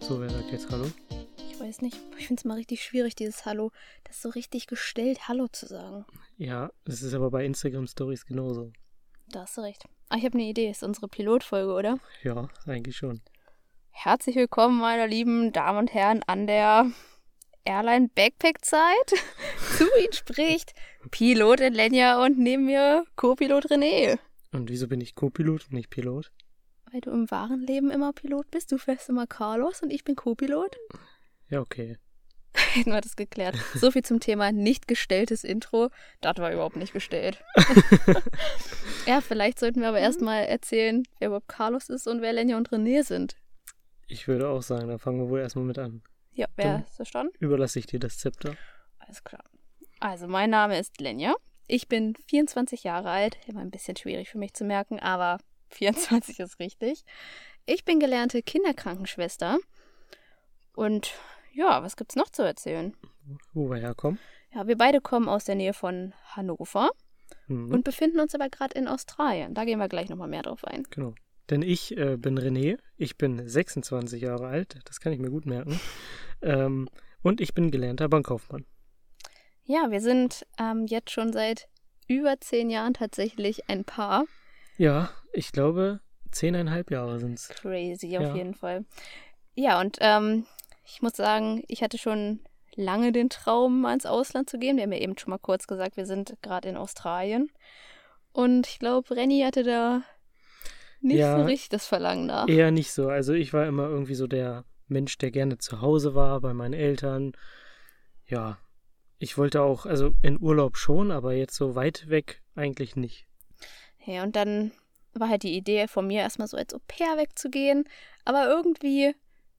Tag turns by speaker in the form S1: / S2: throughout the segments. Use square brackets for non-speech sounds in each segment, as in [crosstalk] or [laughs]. S1: sagt jetzt Hallo?
S2: Ich weiß nicht. Ich finde es mal richtig schwierig, dieses Hallo, das so richtig gestellt Hallo zu sagen.
S1: Ja, es ist aber bei Instagram Stories genauso.
S2: Da hast du recht. Ah, ich habe eine Idee. Ist unsere Pilotfolge, oder?
S1: Ja, eigentlich schon.
S2: Herzlich willkommen, meine lieben Damen und Herren, an der Airline Backpack Zeit. [laughs] zu Ihnen spricht Pilotin Lenja und neben mir Co-Pilot René.
S1: Und wieso bin ich Co-Pilot und nicht Pilot?
S2: Weil du im wahren Leben immer Pilot bist, du fährst immer Carlos und ich bin Co-Pilot.
S1: Ja, okay.
S2: Hätten wir das geklärt. So viel zum Thema nicht gestelltes Intro. Das war überhaupt nicht gestellt. ja, vielleicht sollten wir aber erstmal erzählen, wer überhaupt Carlos ist und wer Lenja und René sind.
S1: Ich würde auch sagen, da fangen wir wohl erstmal mit an.
S2: Ja, wer
S1: Dann-
S2: ist verstanden?
S1: Überlasse ich dir das Zepter.
S2: Alles klar. Also, mein Name ist Lenja. Ich bin 24 Jahre alt. Immer ein bisschen schwierig für mich zu merken, aber [laughs] 24 ist richtig. Ich bin gelernte Kinderkrankenschwester. Und ja, was gibt's noch zu erzählen?
S1: Wo wir herkommen.
S2: Ja, wir beide kommen aus der Nähe von Hannover
S1: Mhm,
S2: und befinden uns aber gerade in Australien. Da gehen wir gleich nochmal mehr drauf ein.
S1: Genau. Denn ich äh, bin René, ich bin 26 Jahre alt, das kann ich mir gut merken. Ähm, und ich bin gelernter Bankkaufmann.
S2: Ja, wir sind ähm, jetzt schon seit über zehn Jahren tatsächlich ein Paar.
S1: Ja, ich glaube, zehneinhalb Jahre sind es.
S2: Crazy auf
S1: Ja.
S2: jeden Fall. Ja, und ähm, ich muss sagen, ich hatte schon lange den Traum, mal ins Ausland zu gehen. Wir haben ja eben schon mal kurz gesagt, wir sind gerade in Australien. Und ich glaube, Renny hatte da nicht
S1: Ja.
S2: so richtig das Verlangen nach.
S1: Eher nicht so. Also ich war immer irgendwie so der Mensch, der gerne zu Hause war, bei meinen Eltern. Ja, ich wollte auch, also in Urlaub schon, aber jetzt so weit weg eigentlich nicht.
S2: Ja, und dann war halt die Idee von mir, erstmal so als Au-pair wegzugehen. Aber irgendwie,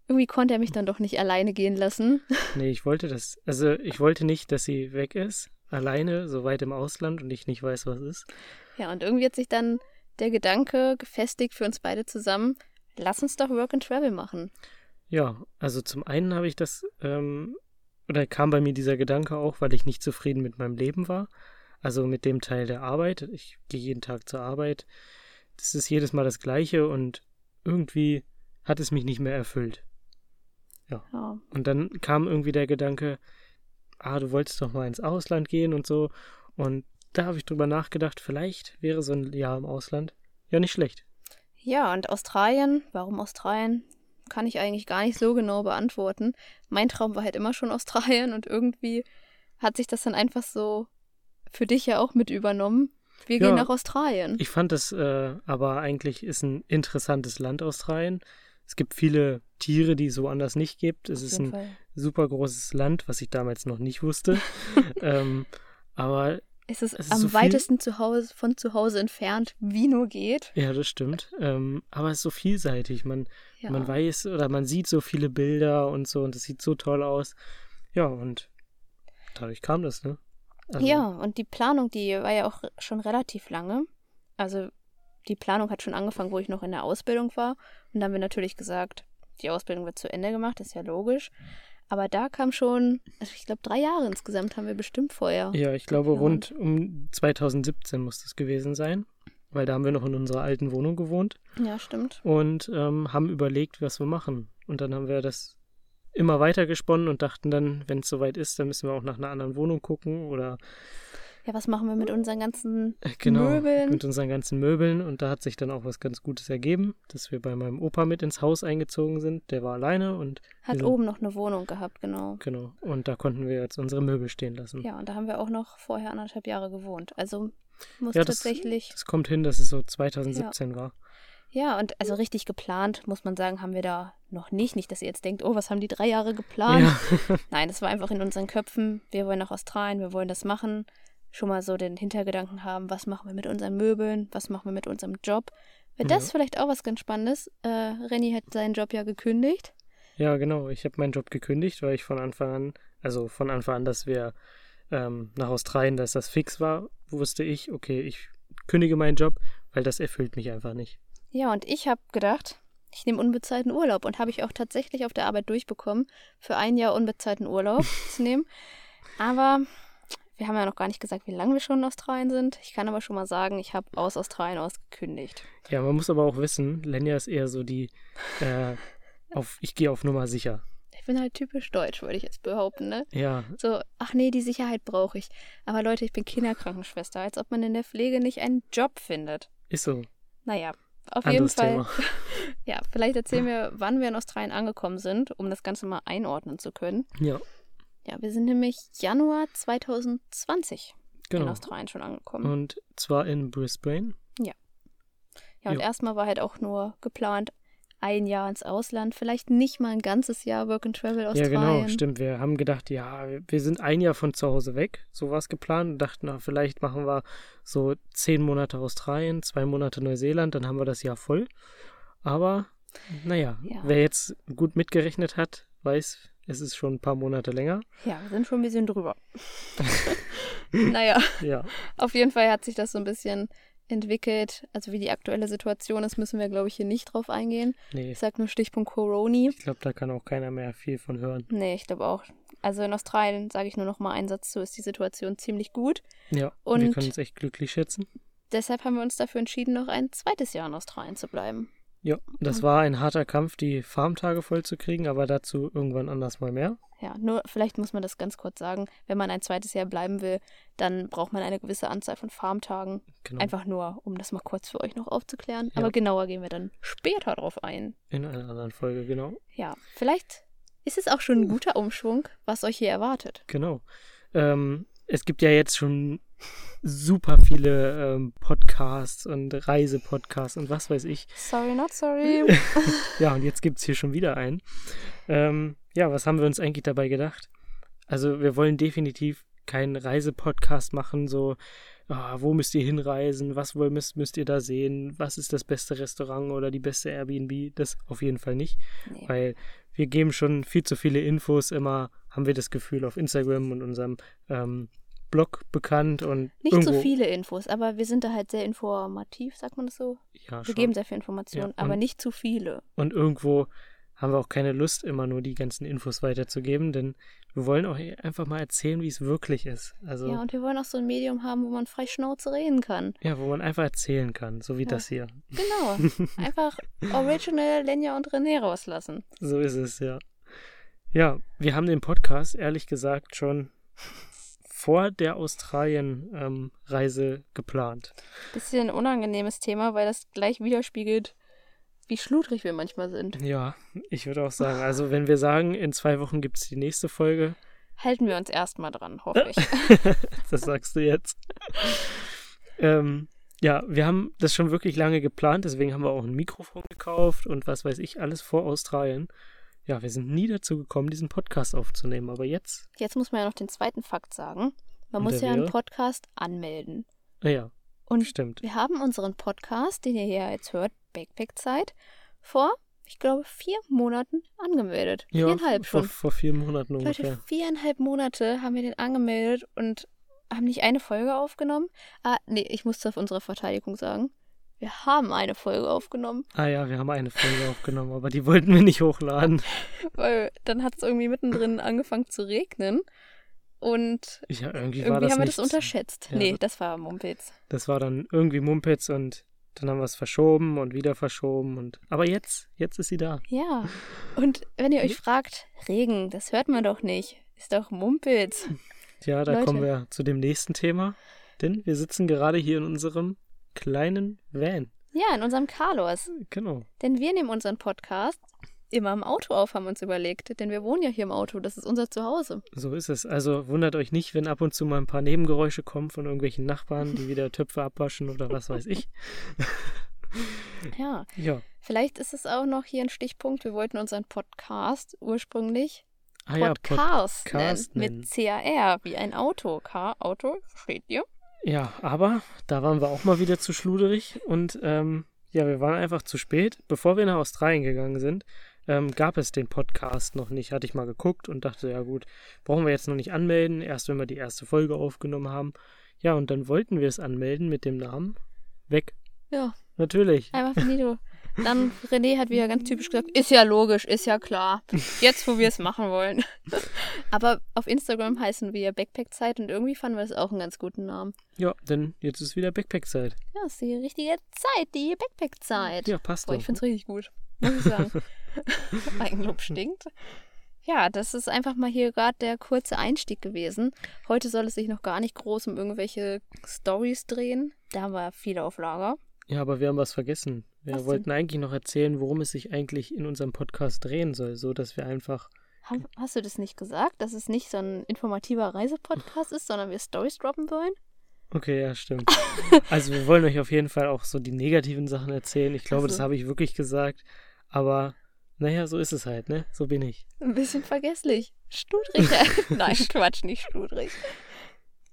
S2: irgendwie konnte er mich dann doch nicht alleine gehen lassen. [laughs]
S1: Nee, ich wollte das, also ich wollte nicht, dass sie weg ist, alleine, so weit im Ausland und ich nicht weiß, was ist.
S2: Ja, und irgendwie hat sich dann der Gedanke gefestigt für uns beide zusammen, lass uns doch Work and Travel machen.
S1: Ja, also zum einen habe ich das, ähm, oder kam bei mir dieser Gedanke auch, weil ich nicht zufrieden mit meinem Leben war. Also mit dem Teil der Arbeit. Ich gehe jeden Tag zur Arbeit. Das ist jedes Mal das Gleiche und irgendwie hat es mich nicht mehr erfüllt.
S2: Ja,
S1: Und dann kam irgendwie der Gedanke, ah, du wolltest doch mal ins Ausland gehen und so. Und da habe ich drüber nachgedacht, vielleicht wäre so ein Jahr im Ausland ja nicht schlecht.
S2: ja und Australien, warum Australien? Kann ich eigentlich gar nicht so genau beantworten. Mein Traum war halt immer schon Australien und irgendwie hat sich das dann einfach so für dich ja auch mit übernommen. Wir
S1: Ja.
S2: gehen nach Australien.
S1: Ich fand das äh, aber eigentlich ist ein interessantes Land Australien. Es gibt viele Tiere, die es so anders nicht gibt. Es
S2: Auf
S1: ist
S2: jeden
S1: ein
S2: Fall.
S1: super großes Land, was ich damals noch nicht
S2: [laughs]
S1: wusste. ähm, aber
S2: Es ist,
S1: Es ist
S2: am
S1: so viel-
S2: weitesten zu Hause, von zu Hause entfernt, wie nur geht.
S1: ja, das stimmt. Ähm, aber es ist so vielseitig. Man,
S2: Ja.
S1: man weiß oder man sieht so viele Bilder und so und es sieht so toll aus. Ja, und dadurch kam das, ne? Also,
S2: ja, und die Planung, die war ja auch schon relativ lange. Also die Planung hat schon angefangen, wo ich noch in der Ausbildung war. Und dann haben wir natürlich gesagt, die Ausbildung wird zu Ende gemacht, ist ja logisch. Aber da kam schon, also ich glaube, drei Jahre insgesamt haben wir bestimmt vorher.
S1: Ja, ich glaube,
S2: Ja.
S1: rund um 2017 muss das gewesen sein, weil da haben wir noch in unserer alten Wohnung gewohnt.
S2: Ja, stimmt.
S1: und ähm, haben überlegt, was wir machen. Und dann haben wir das immer weiter gesponnen und dachten dann, wenn es soweit ist, dann müssen wir auch nach einer anderen Wohnung gucken oder
S2: Ja, was machen wir mit unseren ganzen
S1: [laughs] äh, genau
S2: Möbeln?
S1: mit unseren ganzen Möbeln. Und da hat sich dann auch was ganz Gutes ergeben, dass wir bei meinem Opa mit ins Haus eingezogen sind. Der war alleine und
S2: Hat
S1: sind-
S2: oben noch eine Wohnung gehabt, genau.
S1: genau. Und da konnten wir jetzt unsere Möbel stehen lassen.
S2: Ja, und da haben wir auch noch vorher anderthalb Jahre gewohnt. Also muss
S1: Ja, das-
S2: tatsächlich.
S1: Das kommt hin, dass es so 2017 war.
S2: Ja, und also richtig geplant, muss man sagen, haben wir da noch nicht. Nicht, dass ihr jetzt denkt, oh, was haben die drei Jahre geplant?
S1: Ja,
S2: Nein, das war einfach in unseren Köpfen. Wir wollen nach Australien, wir wollen das machen. Schon mal so den Hintergedanken haben, was machen wir mit unseren Möbeln, was machen wir mit unserem Job. Weil das
S1: Ja.
S2: vielleicht auch was ganz Spannendes. Äh, Renny hat seinen Job ja gekündigt.
S1: ja genau. Ich habe meinen Job gekündigt, weil ich von Anfang an, also von Anfang an, dass wir ähm, nach Australien, dass das fix war, wusste ich, okay, ich kündige meinen Job, weil das erfüllt mich einfach nicht.
S2: Ja, und ich habe gedacht, ich nehme unbezahlten Urlaub und habe ich auch tatsächlich auf der Arbeit durchbekommen, für ein Jahr
S1: [laughs]
S2: unbezahlten Urlaub zu nehmen. Aber wir haben ja noch gar nicht gesagt, wie lange wir schon in Australien sind. Ich kann aber schon mal sagen, ich habe aus Australien aus gekündigt. [laughs]
S1: Ja, man muss aber auch wissen, Lenja ist eher so die, äh, auf, ich gehe auf Nummer sicher.
S2: Ich bin halt typisch deutsch, würde ich jetzt behaupten, ne?
S1: Ja,
S2: So, ach nee, die Sicherheit brauche ich. Aber Leute, ich bin Kinderkrankenschwester, als ob man in der Pflege nicht einen Job findet.
S1: ist so.
S2: Naja, auf jeden
S1: Anderes
S2: Fall.
S1: Thema.
S2: Ja, vielleicht erzählen wir, wann wir in Australien angekommen sind, um das Ganze mal einordnen zu können.
S1: Ja,
S2: Ja, wir sind nämlich Januar 2020 in
S1: genau.
S2: Australien schon angekommen.
S1: Und zwar in Brisbane.
S2: Ja, und
S1: jo.
S2: erstmal war halt auch nur geplant, ein Jahr ins Ausland, vielleicht nicht mal ein ganzes Jahr Work and Travel Australien.
S1: Ja, genau, stimmt. Wir haben gedacht, ja, wir sind ein Jahr von zu Hause weg. So war es geplant und dachten, na, vielleicht machen wir so zehn Monate Australien, zwei Monate Neuseeland, dann haben wir das Jahr voll. Aber, naja,
S2: Ja.
S1: wer jetzt gut mitgerechnet hat, weiß, es ist schon ein paar Monate länger.
S2: Ja, wir sind schon ein
S1: [laughs]
S2: bisschen drüber. naja,
S1: Ja,
S2: auf jeden Fall hat sich das so ein bisschen entwickelt. Also wie die aktuelle Situation ist, müssen wir, glaube ich, hier nicht drauf eingehen. [laughs]
S1: nee,
S2: Ich sag nur Stichpunkt Corona.
S1: ich glaube, da kann auch keiner mehr viel von hören.
S2: Nee, ich glaube auch. Also in Australien, sage ich nur noch mal einen Satz zu, ist die Situation ziemlich gut.
S1: Ja, wir
S2: Und-
S1: können uns echt glücklich schätzen.
S2: Deshalb haben wir uns dafür entschieden, noch ein zweites Jahr in Australien zu bleiben.
S1: Ja, das war ein harter Kampf, die Farmtage voll zu kriegen, aber dazu irgendwann anders mal mehr.
S2: Ja, nur vielleicht muss man das ganz kurz sagen. Wenn man ein zweites Jahr bleiben will, dann braucht man eine gewisse Anzahl von Farmtagen.
S1: Genau.
S2: Einfach nur, um das mal kurz für euch noch aufzuklären.
S1: Ja.
S2: Aber genauer gehen wir dann später drauf ein.
S1: In einer anderen Folge, genau.
S2: Ja, vielleicht ist es auch schon ein guter Umschwung, was euch hier erwartet.
S1: Genau. Ähm, es gibt ja jetzt schon super viele ähm, Podcasts und Reisepodcasts und was weiß ich.
S2: Sorry, not sorry.
S1: Ja, und jetzt gibt es hier schon wieder einen. Ähm, ja, was haben wir uns eigentlich dabei gedacht? Also, wir wollen definitiv keinen Reisepodcast machen, so, ah, wo müsst ihr hinreisen, was wohl müsst, müsst ihr da sehen, was ist das beste Restaurant oder die beste Airbnb, das auf jeden Fall nicht.
S2: Nee.
S1: weil wir geben schon viel zu viele Infos immer, haben wir das Gefühl, auf Instagram und unserem ähm, Blog bekannt und
S2: [laughs] Nicht
S1: irgendwo,
S2: so viele Infos, aber wir sind da halt sehr informativ, sagt man das so?
S1: Ja,
S2: Wir
S1: schon.
S2: geben sehr viel Informationen,
S1: Ja,
S2: aber
S1: und-
S2: nicht zu viele.
S1: und irgendwo haben wir auch keine Lust, immer nur die ganzen Infos weiterzugeben, denn wir wollen auch einfach mal erzählen, wie es wirklich ist. Also,
S2: Ja,
S1: ja,
S2: und wir wollen auch so ein Medium haben, wo man frei Schnauze reden kann.
S1: wo man einfach erzählen kann, so wie
S2: Ja.
S1: das hier.
S2: Genau.
S1: [laughs]
S2: Einfach Original Lenja und René rauslassen.
S1: So ist es, ja. Ja, wir haben den Podcast, ehrlich gesagt, schon vor der Australien-Reise geplant.
S2: Bisschen unangenehmes Thema, weil das gleich widerspiegelt, wie schludrig wir manchmal sind.
S1: Ja, ich würde auch sagen, also wenn wir sagen, in zwei Wochen gibt es die nächste Folge, [laughs]
S2: Halten wir uns erstmal dran, hoffe ich.
S1: das sagst du jetzt. ähm, ja, wir haben das schon wirklich lange geplant, deswegen haben wir auch ein Mikrofon gekauft und was weiß ich, alles vor Australien. Ja, wir sind nie dazu gekommen, diesen Podcast aufzunehmen, aber jetzt,
S2: [laughs] Jetzt muss man ja noch den zweiten Fakt sagen.
S1: Und
S2: Man muss
S1: der
S2: ja einen
S1: wäre?
S2: Podcast anmelden.
S1: naja,
S2: Und
S1: ah stimmt.
S2: wir haben unseren Podcast, den ihr hier jetzt hört, Backpack-Zeit, vor, ich glaube, vier Monaten angemeldet.
S1: Ja,
S2: Viereinhalb
S1: vor,
S2: schon.
S1: vor vier Monaten
S2: Leute,
S1: ungefähr.
S2: viereinhalb Monate haben wir den angemeldet und haben nicht eine Folge aufgenommen. Ah, nee, ich muss auf unserer Verteidigung sagen. Wir haben eine Folge aufgenommen,
S1: Ah ja, wir haben eine Folge aufgenommen, aber die [laughs] wollten wir nicht hochladen.
S2: weil dann hat es
S1: [coughs]
S2: irgendwie mittendrin angefangen zu regnen. Und
S1: Ich, ja, irgendwie war
S2: irgendwie
S1: das
S2: haben wir
S1: nicht
S2: das unterschätzt.
S1: Ja,
S2: nee,
S1: das-
S2: das war Mumpitz.
S1: Das war dann irgendwie Mumpitz und dann haben wir es verschoben und wieder verschoben und aber jetzt, jetzt ist sie da. [laughs]
S2: Ja. Und wenn ihr euch
S1: Hm?
S2: fragt, Regen, das hört man doch nicht. Ist
S1: [laughs]
S2: doch Mumpitz.
S1: Ja, da
S2: Leute.
S1: kommen wir zu dem nächsten Thema, denn wir sitzen gerade hier in unserem kleinen Van.
S2: Ja, in unserem Carlos.
S1: Genau.
S2: Denn wir nehmen unseren Podcast immer im Auto auf, haben wir uns überlegt. Denn wir wohnen ja hier im Auto. Das ist unser Zuhause.
S1: So ist es. Also wundert euch nicht, wenn ab und zu mal ein paar Nebengeräusche kommen von irgendwelchen Nachbarn, die wieder Töpfe abwaschen oder was weiß ich.
S2: Ja.
S1: Ja.
S2: Vielleicht ist es auch noch hier ein Stichpunkt. Wir wollten unseren Podcast ursprünglich
S1: Ah ja, Pod
S2: Podcast
S1: Podcast
S2: nennen. Mit CAR, wie ein Auto. Car, Auto, versteht ihr?
S1: Ja, aber da waren wir auch mal wieder zu schluderig und ähm, ja, wir waren einfach zu spät. Bevor wir nach Australien gegangen sind, ähm, gab es den Podcast noch nicht. Hatte ich mal geguckt und dachte, ja gut, brauchen wir jetzt noch nicht anmelden, erst wenn wir die erste Folge aufgenommen haben. Ja, und dann wollten wir es anmelden mit dem Namen. Weg.
S2: Ja,
S1: Natürlich.
S2: Einfach finito. Dann René hat wieder ganz typisch gesagt, ist ja logisch, ist ja klar. Jetzt, wo wir es machen wollen. Aber auf Instagram heißen wir Backpack-Zeit und irgendwie fanden wir das auch einen ganz guten Namen.
S1: Ja, denn jetzt ist wieder Backpack-Zeit.
S2: Ja, ist die richtige Zeit, die Backpack-Zeit.
S1: Ja, passt
S2: Boah,
S1: doch.
S2: [laughs] ich find's richtig gut, muss ich sagen. Eigenlob stinkt. Ja, das ist einfach mal hier gerade der kurze Einstieg gewesen. Heute soll es sich noch gar nicht groß um irgendwelche Stories drehen. Da haben wir viele auf Lager.
S1: Ja, aber wir haben was vergessen. Wir
S2: Was denn?
S1: wollten eigentlich noch erzählen, worum es sich eigentlich in unserem Podcast drehen soll, so dass wir einfach
S2: Ha- Hast du das nicht gesagt, dass es nicht so ein informativer Reisepodcast ist, sondern wir Stories droppen wollen?
S1: Okay, ja,
S2: [laughs]
S1: stimmt. Also wir wollen euch auf jeden Fall auch so die negativen Sachen erzählen. Ich glaube,
S2: Ach so.
S1: das habe ich wirklich gesagt. Aber naja, so ist es halt, ne? So bin ich.
S2: Ein bisschen vergesslich. Studrig. [laughs] Nein, Quatsch, nicht studrig.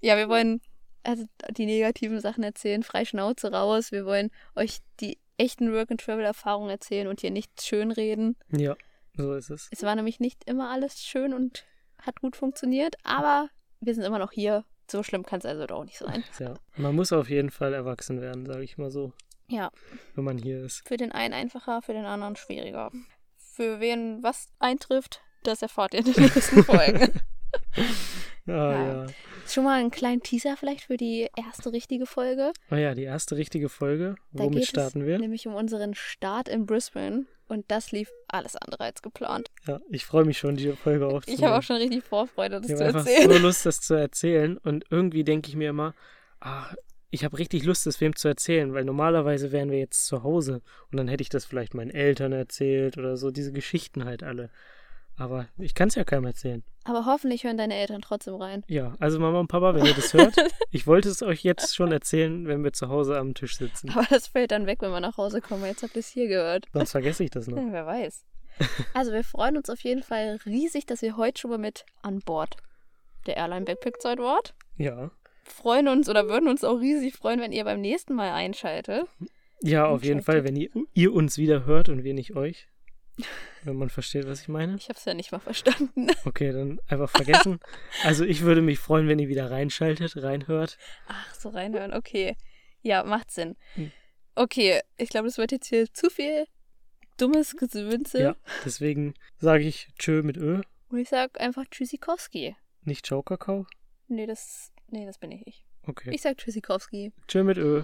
S2: Ja, wir wollen also die negativen Sachen erzählen, frei Schnauze raus. Wir wollen euch die echten Work-and-Travel-Erfahrungen erzählen und hier nichts schönreden.
S1: Ja, so ist es.
S2: Es war nämlich nicht immer alles schön und hat gut funktioniert, aber wir sind immer noch hier. So schlimm kann es also doch auch nicht sein.
S1: Ja. Man muss auf jeden Fall erwachsen werden, sage ich mal so,
S2: Ja,
S1: wenn man hier ist.
S2: für den einen einfacher, für den anderen schwieriger. Für wen was eintrifft, das erfahrt ihr in den nächsten Folgen.
S1: Ah
S2: Ja.
S1: ja.
S2: Schon mal einen kleinen Teaser vielleicht für die erste richtige Folge.
S1: Oh ja, die erste richtige Folge.
S2: Da
S1: Womit
S2: geht
S1: starten
S2: es
S1: wir?
S2: Nämlich um unseren Start in Brisbane. Und das lief alles andere als geplant.
S1: Ja, ich freue mich schon, die Folge aufzunehmen.
S2: Ich habe auch schon richtig Vorfreude, das
S1: Ich
S2: zu
S1: habe einfach
S2: erzählen. [laughs]
S1: so Lust, das zu erzählen. Und irgendwie denke ich mir immer, ah, ich habe richtig Lust, das wem zu erzählen, weil normalerweise wären wir jetzt zu Hause und dann hätte ich das vielleicht meinen Eltern erzählt oder so, diese Geschichten halt alle. Aber ich kann es ja keinem erzählen.
S2: Aber hoffentlich hören deine Eltern trotzdem rein.
S1: Ja, also Mama und Papa, wenn ihr das
S2: [laughs]
S1: hört, ich wollte es euch jetzt schon erzählen, wenn wir zu Hause am Tisch sitzen.
S2: Aber das fällt dann weg, wenn wir nach Hause kommen. Jetzt habt ihr es hier gehört.
S1: Sonst vergesse ich das noch.
S2: Ja,
S1: [laughs]
S2: wer weiß. Also wir freuen uns auf jeden Fall riesig, dass wir heute schon mal mit an Bord der Airline Backpack Zeit wart.
S1: Ja.
S2: Freuen uns oder würden uns auch riesig freuen, wenn ihr beim nächsten Mal einschaltet.
S1: Ja, auf jeden Fall, wenn ihr, ihr uns wieder hört und wir nicht euch. Wenn man versteht, was ich meine.
S2: Ich habe es ja nicht mal verstanden.
S1: Okay, dann einfach vergessen. Also ich würde mich freuen, wenn ihr wieder reinschaltet, reinhört.
S2: Ach, so reinhören, okay. Ja, macht Sinn.
S1: Hm.
S2: Okay, ich glaube, das wird jetzt hier zu viel dummes Gesünze.
S1: Ja, deswegen sage ich Tschö mit Ö,
S2: Und ich sag einfach Tschüssikowski.
S1: nicht Ciao Kakao.
S2: Nee, das, nee, das bin ich.
S1: Okay,
S2: Ich sag Tschüssikowski.
S1: Tschö mit Ö.